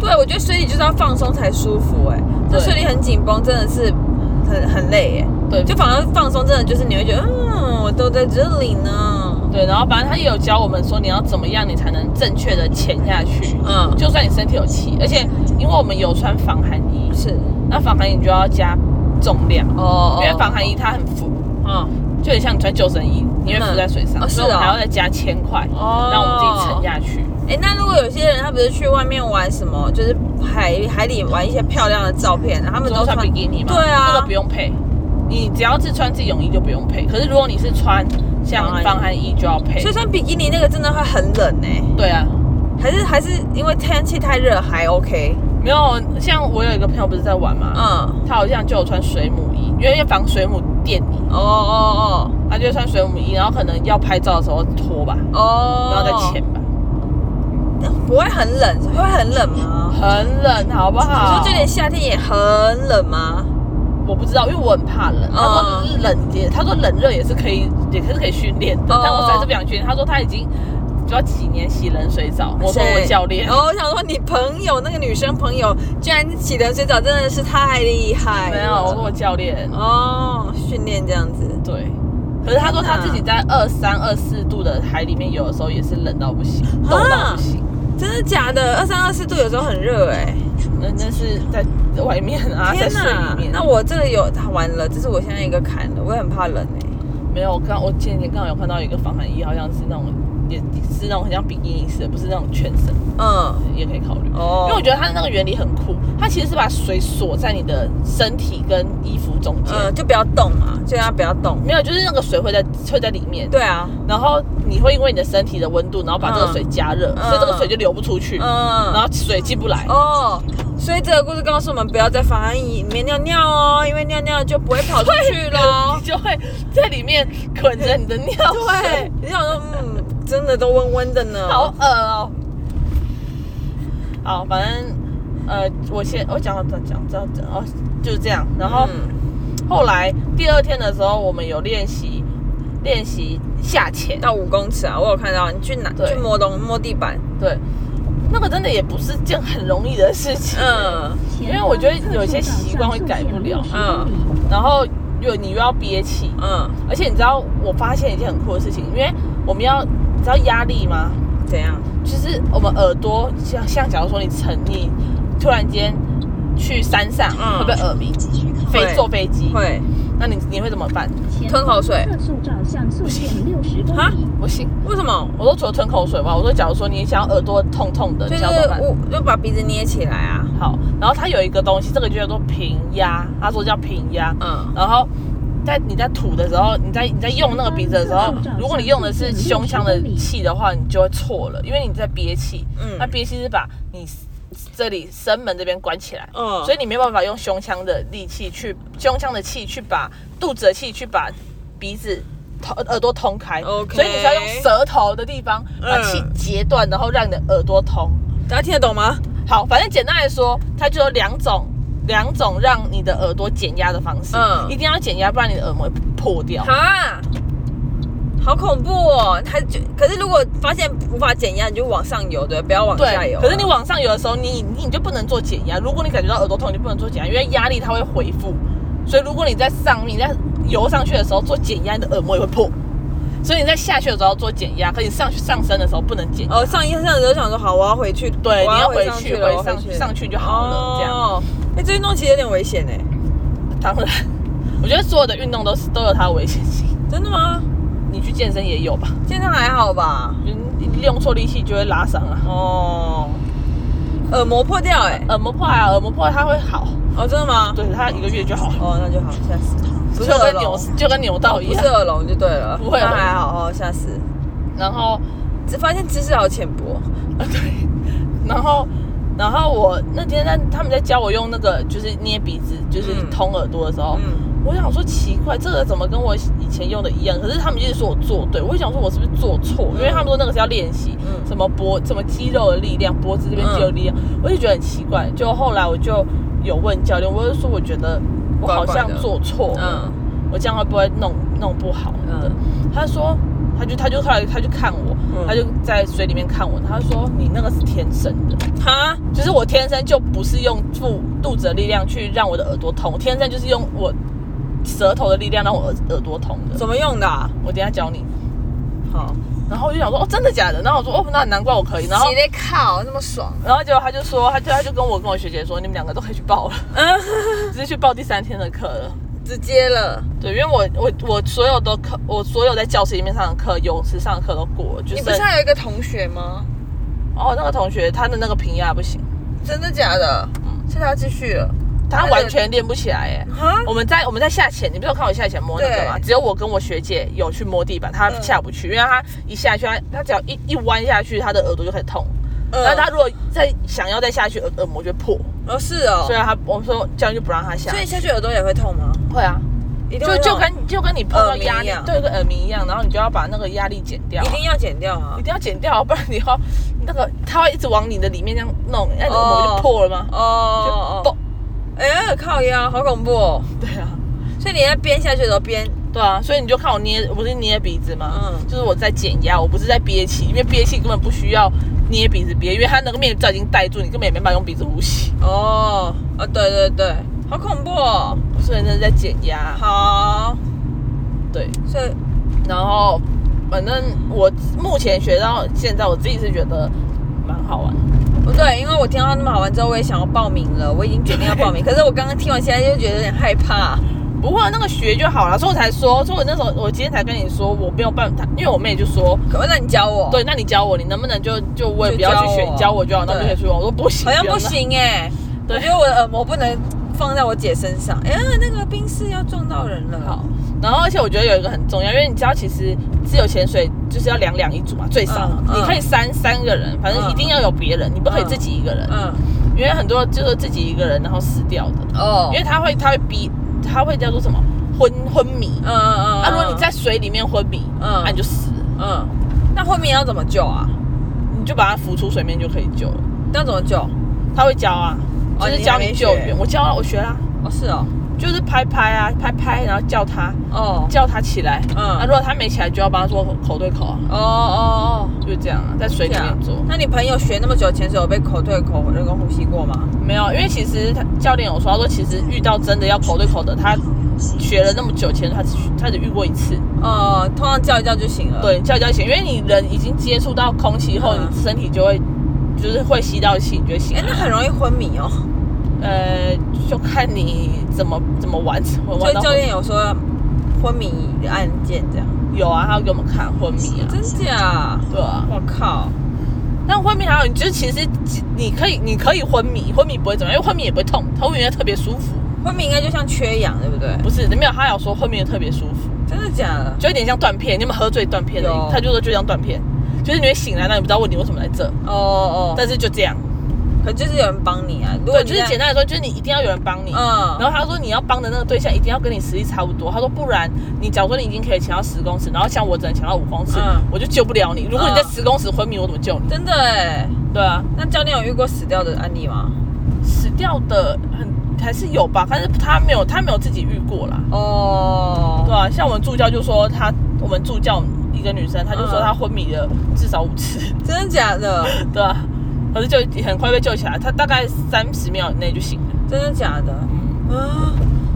Speaker 2: 对，我觉得水里就是要放松才舒服哎、
Speaker 1: 对
Speaker 2: 这水里很紧绷，真的是很很累哎、
Speaker 1: 对
Speaker 2: 就反而放松，真的就是你会觉得，嗯，我都在这里呢。
Speaker 1: 对，然后反正她也有教我们说你要怎么样，你才能正确的潜下去。
Speaker 2: 嗯，
Speaker 1: 就算你身体有气，而且因为我们有穿防寒衣，
Speaker 2: 是
Speaker 1: 那防寒衣你就要加重量，
Speaker 2: 哦
Speaker 1: 因为防寒衣它很浮，
Speaker 2: 嗯
Speaker 1: 就很像你穿救生衣，你会浮在水上，
Speaker 2: 嗯哦
Speaker 1: 所以我
Speaker 2: 是
Speaker 1: 们
Speaker 2: 哦
Speaker 1: 还要再加千块，
Speaker 2: 哦
Speaker 1: 让我们自己沉。下去。
Speaker 2: 哎、那如果有些人他不是去外面玩什么，就是海海里玩一些漂亮的照片，他们
Speaker 1: 你
Speaker 2: 都
Speaker 1: 说穿比基尼吗？
Speaker 2: 对啊，
Speaker 1: 那个不用配，你只要是穿自己泳衣就不用配。可是如果你是穿
Speaker 2: 防
Speaker 1: 像
Speaker 2: 寒衣
Speaker 1: 防寒衣就要配
Speaker 2: 所以。穿比基尼那个真的会很冷哎、
Speaker 1: 对啊，
Speaker 2: 还是还是因为天气太热还 OK，
Speaker 1: 没有像我有一个朋友不是在玩嘛，
Speaker 2: 嗯，
Speaker 1: 他好像就有穿水母衣，因为要防水母电你，
Speaker 2: 哦哦
Speaker 1: 他就会穿水母衣，然后可能要拍照的时候脱吧，
Speaker 2: 哦哦，
Speaker 1: 然后再潜吧。
Speaker 2: 不会很冷，会很冷吗？
Speaker 1: 很冷，好不
Speaker 2: 你
Speaker 1: 好？
Speaker 2: 说就连夏天也很冷吗？
Speaker 1: 我不知道，因为我很怕冷。他说
Speaker 2: 嗯
Speaker 1: 冷也，他说冷热也是可以，也是可以训练的，
Speaker 2: 哦
Speaker 1: 但我实在是不想训练。他说他已经不知道几年洗冷水澡，我说我
Speaker 2: 谁
Speaker 1: 教练。
Speaker 2: 然哦后我想说，你朋友那个女生朋友居然洗冷水澡，真的是太厉害了。
Speaker 1: 没有，我说我教练。
Speaker 2: 哦，训练这样子，
Speaker 1: 对，可是他说他自己在二三、二四度的海里面游的时候也是冷到不行，
Speaker 2: 啊
Speaker 1: 冻到不行。
Speaker 2: 真的假的？二三二四度有时候很热哎、
Speaker 1: 那那是在外面啊，在
Speaker 2: 天
Speaker 1: 水里面。
Speaker 2: 那我这个有完了，这是我现在一个坎了，我也很怕冷哎、
Speaker 1: 没有，我刚我前几天刚好有看到一个防寒衣，好像是那种也是那种很像比基尼式的，不是那种全身，
Speaker 2: 嗯，
Speaker 1: 也可以考虑。
Speaker 2: 哦，
Speaker 1: 因为我觉得它的那个原理很酷，它其实是把水锁在你的身体跟衣服中间，
Speaker 2: 嗯，就不要动嘛，就让它不要动。
Speaker 1: 没有，就是那个水会在会在里面，
Speaker 2: 对啊，
Speaker 1: 然后你会因为你的身体的温度，然后把这个水加热，
Speaker 2: 嗯
Speaker 1: 所以这个水就流不出去，
Speaker 2: 嗯，
Speaker 1: 然后水进不来。
Speaker 2: 哦，所以这个故事告诉我们不要在防寒衣里面尿尿哦，因为尿尿就不会跑出去喽
Speaker 1: 你。就会在里面捆着你的尿水
Speaker 2: 对，，你想说，嗯，真的都温温的呢。
Speaker 1: 好，恶哦。好，反正呃，我先我讲讲讲讲讲哦，就是这样。然后、
Speaker 2: 嗯，
Speaker 1: 后来第二天的时候，我们有练习练习下潜，
Speaker 2: 到五公尺啊，我有看到你去哪
Speaker 1: 对
Speaker 2: 去摸东摸地板，
Speaker 1: 对，那个真的也不是件很容易的事情。
Speaker 2: 嗯，
Speaker 3: 因为我觉得有些习惯会改不了。
Speaker 2: 嗯
Speaker 1: 然后又你又要憋气，
Speaker 2: 嗯，
Speaker 1: 而且你知道我发现一件很酷的事情，因为我们要你知道压力吗？
Speaker 2: 怎样？
Speaker 1: 就是我们耳朵像像假如说你沉你突然间去山上、
Speaker 2: 嗯
Speaker 1: 会不会耳鸣？飞
Speaker 2: 会
Speaker 1: 坐飞机，
Speaker 2: 会
Speaker 1: 那你你会怎么办？
Speaker 2: 吞口水
Speaker 3: 测速照相速限六十公
Speaker 2: 哈
Speaker 3: 里。
Speaker 1: 不行，
Speaker 2: 为什么？
Speaker 1: 我都除了吞口水吧。我说假如说你想要耳朵痛痛的，
Speaker 2: 就
Speaker 1: 你
Speaker 2: 是
Speaker 1: 想要怎么办？
Speaker 2: 我就把鼻子捏起来啊，
Speaker 1: 好，然后它有一个东西，这个就叫做平压，他说叫平压。
Speaker 2: 嗯，
Speaker 1: 然后在你在吐的时候，你在你在用那个鼻子的时候，
Speaker 2: 嗯
Speaker 1: 如果你用的是胸腔的气的话，你就会错了，因为你在憋气。
Speaker 2: 嗯
Speaker 1: 那憋气是把你 s- 这里声门这边关起来，
Speaker 2: 嗯
Speaker 1: 所以你没办法用胸腔的力气去胸腔的气去把肚子的气去把鼻子。通耳朵通开
Speaker 2: OK
Speaker 1: 所以你是要用舌头的地方把气
Speaker 2: 嗯
Speaker 1: 截断，然后让你的耳朵通。
Speaker 2: 大家听得懂吗？
Speaker 1: 好，反正简单来说，它就有两种两种让你的耳朵减压的方式。
Speaker 2: 嗯
Speaker 1: 一定要减压，不然你的耳膜会破掉。
Speaker 2: 哈，啊好恐怖哦！它就可是如果发现无法减压，你就往上游，对，不要往下
Speaker 1: 对
Speaker 2: 游。，啊
Speaker 1: 可是你往上游的时候，你你就不能做减压。如果你感觉到耳朵痛，你就不能做减压，因为压力它会回复。所以如果你在上面，你在游上去的时候做减压，你的耳膜也会破。所以你在下去的时候要做减压，可你上去上升的时候不能减压。
Speaker 2: 哦，上一上的时候想说好，我要回去，
Speaker 1: 对，
Speaker 2: 我
Speaker 1: 你要
Speaker 2: 回
Speaker 1: 回
Speaker 2: 上
Speaker 1: 去
Speaker 2: 了我
Speaker 1: 回上
Speaker 2: 去
Speaker 1: 上去就好了，这样。
Speaker 2: 哦，哎，这运动其实有点危险哎，
Speaker 1: 当然，我觉得所有的运动都是都有它的危险性。
Speaker 2: 真的吗？
Speaker 1: 你去健身也有吧？
Speaker 2: 现在还好吧？
Speaker 1: 就是你利用错力气就会拉伤啊。
Speaker 2: 哦，耳膜破掉哎，
Speaker 1: 耳膜破啊，耳膜破它会好，
Speaker 2: 哦，真的吗？
Speaker 1: 对，它一个月就好了，
Speaker 2: 哦，那就好，吓死他，不是
Speaker 1: 就
Speaker 2: 耳
Speaker 1: 跟
Speaker 2: 聋
Speaker 1: 扭，就跟扭到一
Speaker 2: 不
Speaker 1: 样
Speaker 2: 是。耳聋就对了，
Speaker 1: 不会
Speaker 2: 那
Speaker 1: 耳聋
Speaker 2: 还好哦，吓死，
Speaker 1: 然后
Speaker 2: 只发现知识好浅薄，
Speaker 1: 啊，对，然后，然后我那天在他们在教我用那个就是捏鼻子，就是
Speaker 2: 嗯
Speaker 1: 通耳朵的时候，
Speaker 2: 嗯，
Speaker 1: 我想说奇怪，这个怎么跟我以前用的一样？可是他们一直说我做对，我就想说我是不是做错？因为他们说那个是要练习，
Speaker 2: 嗯
Speaker 1: 什么脖什么肌肉的力量，脖子这边肌肉力量，我就觉得很奇怪。就后来我就有问教练，我就说我觉得我好
Speaker 2: 怪怪
Speaker 1: 像
Speaker 2: 的
Speaker 1: 做错了，
Speaker 2: 嗯
Speaker 1: 我这样会不会弄弄不好？
Speaker 2: 嗯，
Speaker 1: 他说，他就他就后来他就看我，
Speaker 2: 嗯
Speaker 1: 他就在水里面看我，他说你那个是天生的，
Speaker 2: 哈，
Speaker 1: 就是我天生就不是用腹肚子的力量去让我的耳朵痛，我天生就是用我舌头的力量让我耳耳朵痛的。
Speaker 2: 怎么用的啊？
Speaker 1: 我等一下教你。
Speaker 2: 好，
Speaker 1: 然后我就想说，哦，真的假的？然后我说，哦，那难怪我可以。然后
Speaker 2: 你在靠，那么爽，
Speaker 1: 然后结果他就说，他就他就跟我跟我学姐说，你们两个都可以去 报了，
Speaker 2: 嗯，
Speaker 1: 只是去报第三天的课了。
Speaker 2: 直接了，
Speaker 1: 对，因为我我我所有的课，我所有在教室里面上的课，泳池上的课都过了，就
Speaker 2: 你
Speaker 1: 是
Speaker 2: 不是还有一个同学吗？
Speaker 1: 哦，那个同学他的那个平压不行，
Speaker 2: 真的假的？是他继续了，
Speaker 1: 他完全练不起来哎。
Speaker 2: 哈，
Speaker 1: 我们在我们在下潜，你不是有看我下潜摸那个吗？
Speaker 2: 对
Speaker 1: 只有我跟我学姐有去摸地板，她
Speaker 2: 嗯
Speaker 1: 下不去，因为她一下去，她她只要一一弯下去，她的耳朵就开始痛。
Speaker 2: 嗯
Speaker 1: 然后她如果再想要再下去，耳耳膜就会破，
Speaker 2: 哦是哦
Speaker 1: 所以，她我们说这样就不让她下
Speaker 2: 所。以下去耳朵也会痛吗？
Speaker 1: 会啊，
Speaker 2: 一定
Speaker 1: 就
Speaker 2: 会
Speaker 1: 就
Speaker 2: 痛，
Speaker 1: 跟就跟你碰到
Speaker 2: 耳鸣
Speaker 1: 压
Speaker 2: 一
Speaker 1: 力
Speaker 2: 样，
Speaker 1: 对，跟耳鸣一样，然后你就要把那个压力减掉啊，
Speaker 2: 一定要剪掉啊
Speaker 1: 一。定要减掉，不然你要那个它会一直往你的里面这样弄，那你的耳膜
Speaker 2: 哦
Speaker 1: 就破了吗？
Speaker 2: 哦
Speaker 1: 就
Speaker 2: 哦，
Speaker 1: 嘣，
Speaker 2: 哎呀，靠腰，好恐怖哦！
Speaker 1: 对啊。
Speaker 2: 所以你在边下去的时候边，
Speaker 1: 对啊，所以你就看我捏，我不是捏鼻子吗？
Speaker 2: 嗯
Speaker 1: 就是我在减压，我不是在憋气，因为憋气根本不需要捏鼻子憋，因为它那个面罩已经盖住，你根本也没办法用鼻子呼吸。
Speaker 2: 哦，啊对对对，好恐怖哦！
Speaker 1: 所以那是在减压，
Speaker 2: 好，
Speaker 1: 对。
Speaker 2: 所以
Speaker 1: 然后反正我目前学到现在，我自己是觉得蛮好玩。
Speaker 2: 不哦对，因为我听到那么好玩之后，我也想要报名了，我已经决定要报 名。可是我刚刚听完，现在就觉得有点害怕。
Speaker 1: 不过那个学就好了，所以我才说，所以我那时候我今天才跟你说，我没有办法，因为我妹就说，
Speaker 2: 可不，那你教我？
Speaker 1: 对，，那你教我，你能不能就就我
Speaker 2: 就
Speaker 1: 也不要
Speaker 2: 哦
Speaker 1: 去
Speaker 2: 教
Speaker 1: 学，
Speaker 2: 我
Speaker 1: 你教我就好，那我就可以
Speaker 2: 对
Speaker 1: 去玩。我说不行，
Speaker 2: 好像
Speaker 1: 要
Speaker 2: 不
Speaker 1: 那
Speaker 2: 行哎、
Speaker 1: 对
Speaker 2: 我觉得我的耳膜不能放在我姐身上。哎呀，那个冰室要撞到人了。
Speaker 1: 好，然后而且我觉得有一个很重要，因为你知道，其实自由潜水就是要两两一组嘛，最少、
Speaker 2: 嗯嗯
Speaker 1: 你可以三三个人，反正
Speaker 2: 嗯
Speaker 1: 一定要有别人，你不可以自己一个人，
Speaker 2: 嗯，
Speaker 1: 因为很多就是自己一个人然后死掉的，
Speaker 2: 哦，
Speaker 1: 因为他会他会逼他会叫做什么昏昏迷、
Speaker 2: 嗯嗯嗯，
Speaker 1: 啊，如果你在水里面昏迷，
Speaker 2: 嗯
Speaker 1: 啊你就死了，
Speaker 2: 嗯，那昏迷要怎么救啊？
Speaker 1: 你就把他浮出水面就可以救了，
Speaker 2: 要怎么救？哦，
Speaker 1: 他会教啊，就
Speaker 2: 哦
Speaker 1: 是
Speaker 2: 你
Speaker 1: 教
Speaker 2: 还没
Speaker 1: 你救
Speaker 2: 学
Speaker 1: 援，我教啊我学啦、
Speaker 2: 是哦，
Speaker 1: 就是拍拍啊拍拍，然后叫他
Speaker 2: 哦，
Speaker 1: 叫他起来，
Speaker 2: 嗯
Speaker 1: 啊如果他没起来就要帮他做口对口啊。
Speaker 2: 哦哦哦，
Speaker 1: 就这样啊，在水里
Speaker 2: 这样
Speaker 1: 面做。
Speaker 2: 那你朋友学那么久潜水，有被口对口人工呼吸过吗？
Speaker 1: 没有，因为其实他教练有说，他说其实遇到真的要口对口的，他学了那么久前，他只他只遇过一次。
Speaker 2: 哦，通常叫一叫就行了。，
Speaker 1: 对，叫教练，因为你人已经接触到空气后，
Speaker 2: 嗯
Speaker 1: 你身体就会就是会吸到气，你就会醒
Speaker 2: 哎、
Speaker 1: 来。
Speaker 2: 那很容易昏迷哦。
Speaker 1: 呃，就看你怎么怎么玩，玩
Speaker 2: 所
Speaker 1: 玩
Speaker 2: 以
Speaker 1: 到
Speaker 2: 教练有说昏迷案件这样，
Speaker 1: 有啊，他要给我们看昏迷啊，
Speaker 2: 真假？
Speaker 1: 对啊。
Speaker 2: 我靠！
Speaker 1: 但昏迷还好，你就是其实你可以你可以昏迷，昏迷不会怎么样，因为昏迷也不会痛，他会觉得特别舒服。
Speaker 2: 昏迷应该就像缺氧，对不对？
Speaker 1: 不是，没有，他有说昏迷得特别舒服。
Speaker 2: 真的假的？
Speaker 1: 就有点像断片，你有没有喝醉断片的
Speaker 2: 有？
Speaker 1: 他就说就像断片，就是你会醒来，那你不知道问你为什么来这，
Speaker 2: 哦哦，
Speaker 1: 但是就这样。
Speaker 2: 可就是有人帮你啊。如果
Speaker 1: 对，
Speaker 2: 你
Speaker 1: 就是
Speaker 2: 在
Speaker 1: 简，单来说，就是你一定要有人帮你。
Speaker 2: 嗯，
Speaker 1: 然后他说你要帮的那个对象一定要跟你实力差不多，他说不然你假如说你已经可以潜到十公尺，然后像我只能潜到五公尺，
Speaker 2: 嗯
Speaker 1: 我就救不了你。如果你在
Speaker 2: 嗯
Speaker 1: 十公尺昏迷，我怎么救你？
Speaker 2: 真的哎。
Speaker 1: 对啊，
Speaker 2: 那教练有遇过死掉的案例吗？
Speaker 1: 死掉的很还是有吧，但是他没有，他没有自己遇过啦。
Speaker 2: 哦，
Speaker 1: 对啊，像我们助教就说他，我们助教一个女生，她就说
Speaker 2: 嗯
Speaker 1: 她昏迷了至少五次，
Speaker 2: 真的假的？
Speaker 1: 对啊，可是就很快被救起来，她大概三十秒以内就醒了，
Speaker 2: 真的假的？啊，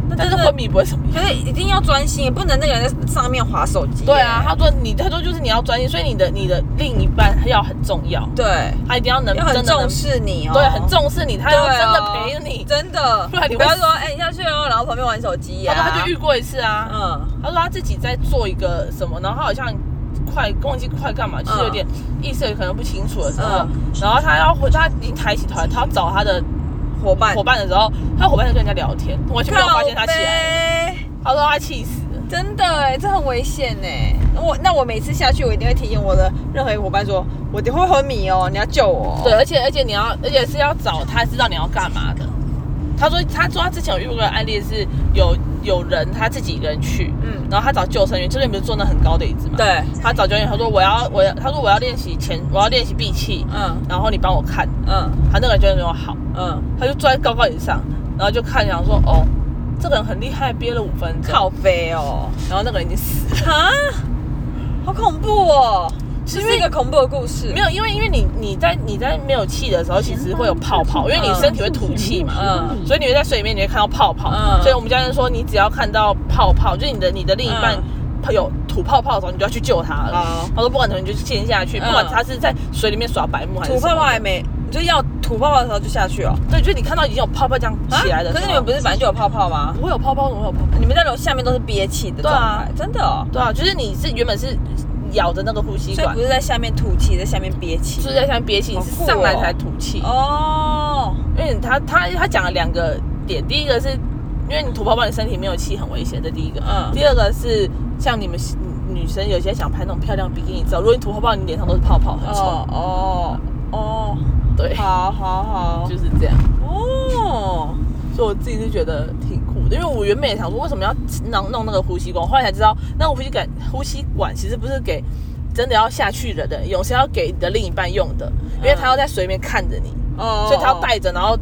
Speaker 2: 那
Speaker 1: 但
Speaker 2: 真
Speaker 1: 是
Speaker 2: 的
Speaker 1: 昏迷不会怎么样。
Speaker 2: 可是一定要专心，不能那个人在上面划手机。
Speaker 1: 对啊，，他说你，他说就是你要专心，所以你的你的另一半要很重要，
Speaker 2: 对，
Speaker 1: 他一定要能
Speaker 2: 要
Speaker 1: 真
Speaker 2: 很
Speaker 1: 的能
Speaker 2: 重，视哦你哦，啊
Speaker 1: 对，很，重视你，他要真的陪你。
Speaker 2: 真的，
Speaker 1: 不然你会
Speaker 2: 不要说哎你下去哦，然后旁边玩手机
Speaker 1: 他
Speaker 2: 呀。
Speaker 1: 说他就遇过一次啊，
Speaker 2: 嗯，
Speaker 1: 他说他自己在做一个什么，然后他好像快忘记快干嘛，就是有点意识可能不清楚的时候，
Speaker 2: 嗯
Speaker 1: 然后他要回，他已经抬起头来，他要找他的
Speaker 2: 伙伴，
Speaker 1: 伙伴的时候，他伙伴在跟人家聊天，完全没有发现他起来，
Speaker 2: 来。
Speaker 1: 他说他气死了。
Speaker 2: 真的哎，这很危险哎！我那我每次下去，我一定会提醒我的任何一个伙伴说，我等会昏迷哦，你要救我。
Speaker 1: 对，，而且而且你要，而且是要找他知道你要干嘛的。他说，他说他之前有遇过的案例是有有人他自己一个人去，
Speaker 2: 嗯，
Speaker 1: 然后他找救生员，救生员不是坐那很高的椅子嘛？。
Speaker 2: 对，
Speaker 1: 他找救生员，他说我要我要，他说我要练习前，我要练习闭气，
Speaker 2: 嗯
Speaker 1: 然后你帮我看。
Speaker 2: 嗯
Speaker 1: 他那个人救生员说好，
Speaker 2: 嗯，
Speaker 1: 他就坐在高高椅上，然后就看想说哦，这个人很厉害，憋了五分钟，
Speaker 2: 靠背哦，
Speaker 1: 然后那个人已经死了。
Speaker 2: 啊，好恐怖哦！这
Speaker 1: 因为
Speaker 2: 是一个恐怖的故事。
Speaker 1: 没有，因为因为你你在你在没有气的时候，其实会有泡泡，因为你身体会吐气嘛，
Speaker 2: 嗯
Speaker 1: 所以你会在水里面你会看到泡泡。
Speaker 2: 嗯
Speaker 1: 所以我们教练说，你只要看到泡泡，就是你的你的另一半
Speaker 2: 嗯
Speaker 1: 泡有吐泡泡的时候，你就要去救他了
Speaker 2: 好。
Speaker 1: 他说不管怎么，你就陷下去，
Speaker 2: 嗯
Speaker 1: 不管他是在水里面耍白目还是
Speaker 2: 吐
Speaker 1: 什么
Speaker 2: 泡泡还没，你就要吐泡泡的时候就下去哦。
Speaker 1: 对，就是你看到已经有泡泡这样起来的时
Speaker 2: 啊可
Speaker 1: 候，
Speaker 2: 是你们不是本来就有泡泡吗？
Speaker 1: 不会有泡泡，怎么会有泡泡？
Speaker 2: 你们在楼下面都是憋气的
Speaker 1: 对
Speaker 2: 状
Speaker 1: 啊
Speaker 2: 态，真的哦。
Speaker 1: 对啊，就是你是原本是咬着那个呼吸
Speaker 2: 所以
Speaker 1: 管
Speaker 2: 不，是在下面吐气，在下面憋气
Speaker 1: 就。是在像憋气，你是
Speaker 2: 好酷哦
Speaker 1: 上来才吐气。
Speaker 2: 哦，
Speaker 1: 因为他他他讲了两个点，第一个是因为你吐泡泡，你身体没有气很危险，这第一个。
Speaker 2: 嗯
Speaker 1: 第二个是像你们女女生有些想拍那种漂亮比基尼照，如果你吐泡泡，你脸上都是泡泡，很丑。
Speaker 2: 哦哦哦，
Speaker 1: 对，
Speaker 2: 好好好
Speaker 1: 就。是这样。
Speaker 2: 哦，
Speaker 1: 所以我自己是觉得挺酷的，因为我原本也想说为什么要弄弄那个呼吸管，后来才知道那个呼吸管呼吸管其实不是给真的要下去的人用，是要给你的另一半用的，因为他要在水里面看着你，
Speaker 2: 嗯哦，
Speaker 1: 所以他要带着，然后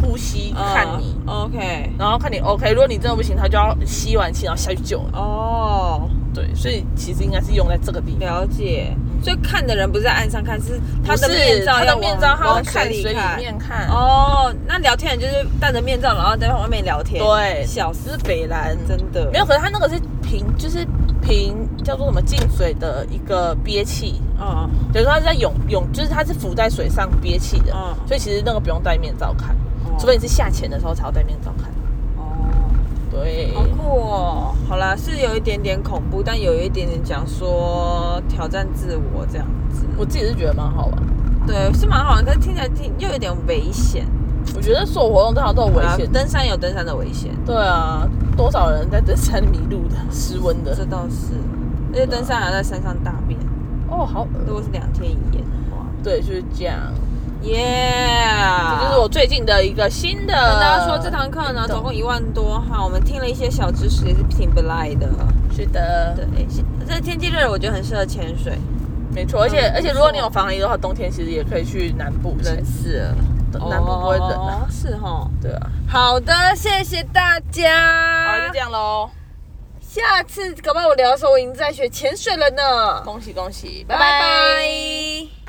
Speaker 1: 呼吸
Speaker 2: 嗯
Speaker 1: 看你。
Speaker 2: OK，
Speaker 1: 然后看你 OK，如果你真的不行，他就要吸完气然后下去救你。
Speaker 2: 哦，
Speaker 1: 对，所以其实应该是用在这个地方。
Speaker 2: 了解。所以看的人不是在岸上看，是他的
Speaker 1: 不是
Speaker 2: 面罩
Speaker 1: 他
Speaker 2: 要
Speaker 1: 的
Speaker 2: 往
Speaker 1: 面罩，他会
Speaker 2: 往
Speaker 1: 看
Speaker 2: 里
Speaker 1: 水里
Speaker 2: 看。
Speaker 1: 面看。哦，
Speaker 2: 哦，那聊天人就是戴着面罩，然后在外面聊天。
Speaker 1: 对，
Speaker 2: 笑
Speaker 1: 就
Speaker 2: 死，
Speaker 1: 是北兰，
Speaker 2: 真的
Speaker 1: 没有，可是他那个是平，就是平叫做什么进水的一个憋气，
Speaker 2: 哦，
Speaker 1: 等于说他是在泳泳，就是他是浮在水上憋气的，
Speaker 2: 嗯
Speaker 1: 所以其实那个不用戴面罩看，
Speaker 2: 哦
Speaker 1: 除非你是下潜的时候才要戴面罩看。
Speaker 2: 哦，
Speaker 1: 对，
Speaker 2: 好酷哦。好啦，是有一点点恐怖，但有一点点讲说挑战自我这样子。
Speaker 1: 我自己是觉得蛮好玩的。
Speaker 2: 对，是蛮好玩，可是听起来挺又有点危险。
Speaker 1: 我觉得所有活动都好都有危
Speaker 2: 啊
Speaker 1: 险的。
Speaker 2: 登山有登山的危险。
Speaker 1: 对啊，多少人在登山迷路的、失温的
Speaker 2: 这？倒是，而且登山还要在山上大便，
Speaker 1: 哦，好恶
Speaker 2: 如果是两天一夜的话，
Speaker 1: 对，就是这样。
Speaker 2: 耶！
Speaker 1: 这就是我最近的一个新的。
Speaker 2: 啊跟大家说，这堂课呢
Speaker 1: 懂
Speaker 2: 总共一万多哈，我们听了一些小知识，也是挺不赖的。
Speaker 1: 是的，
Speaker 2: 对，这天气热了，我觉得很适合潜水，
Speaker 1: 没错。而且、
Speaker 2: 嗯
Speaker 1: 而且，
Speaker 2: 不错
Speaker 1: 如果你有防疫的话，冬天其实也可以去南部
Speaker 2: 冷
Speaker 1: 潜，
Speaker 2: 死了，
Speaker 1: 南部不会冷啊。
Speaker 2: 哦是哈。
Speaker 1: 对啊，
Speaker 2: 好的，谢谢大
Speaker 1: 好，
Speaker 2: 家
Speaker 1: 就这。样喽。
Speaker 2: 下次搞不好我聊的时候，我已经在学潜水了呢。
Speaker 1: 恭喜恭喜，
Speaker 2: 拜
Speaker 1: 拜拜
Speaker 2: 拜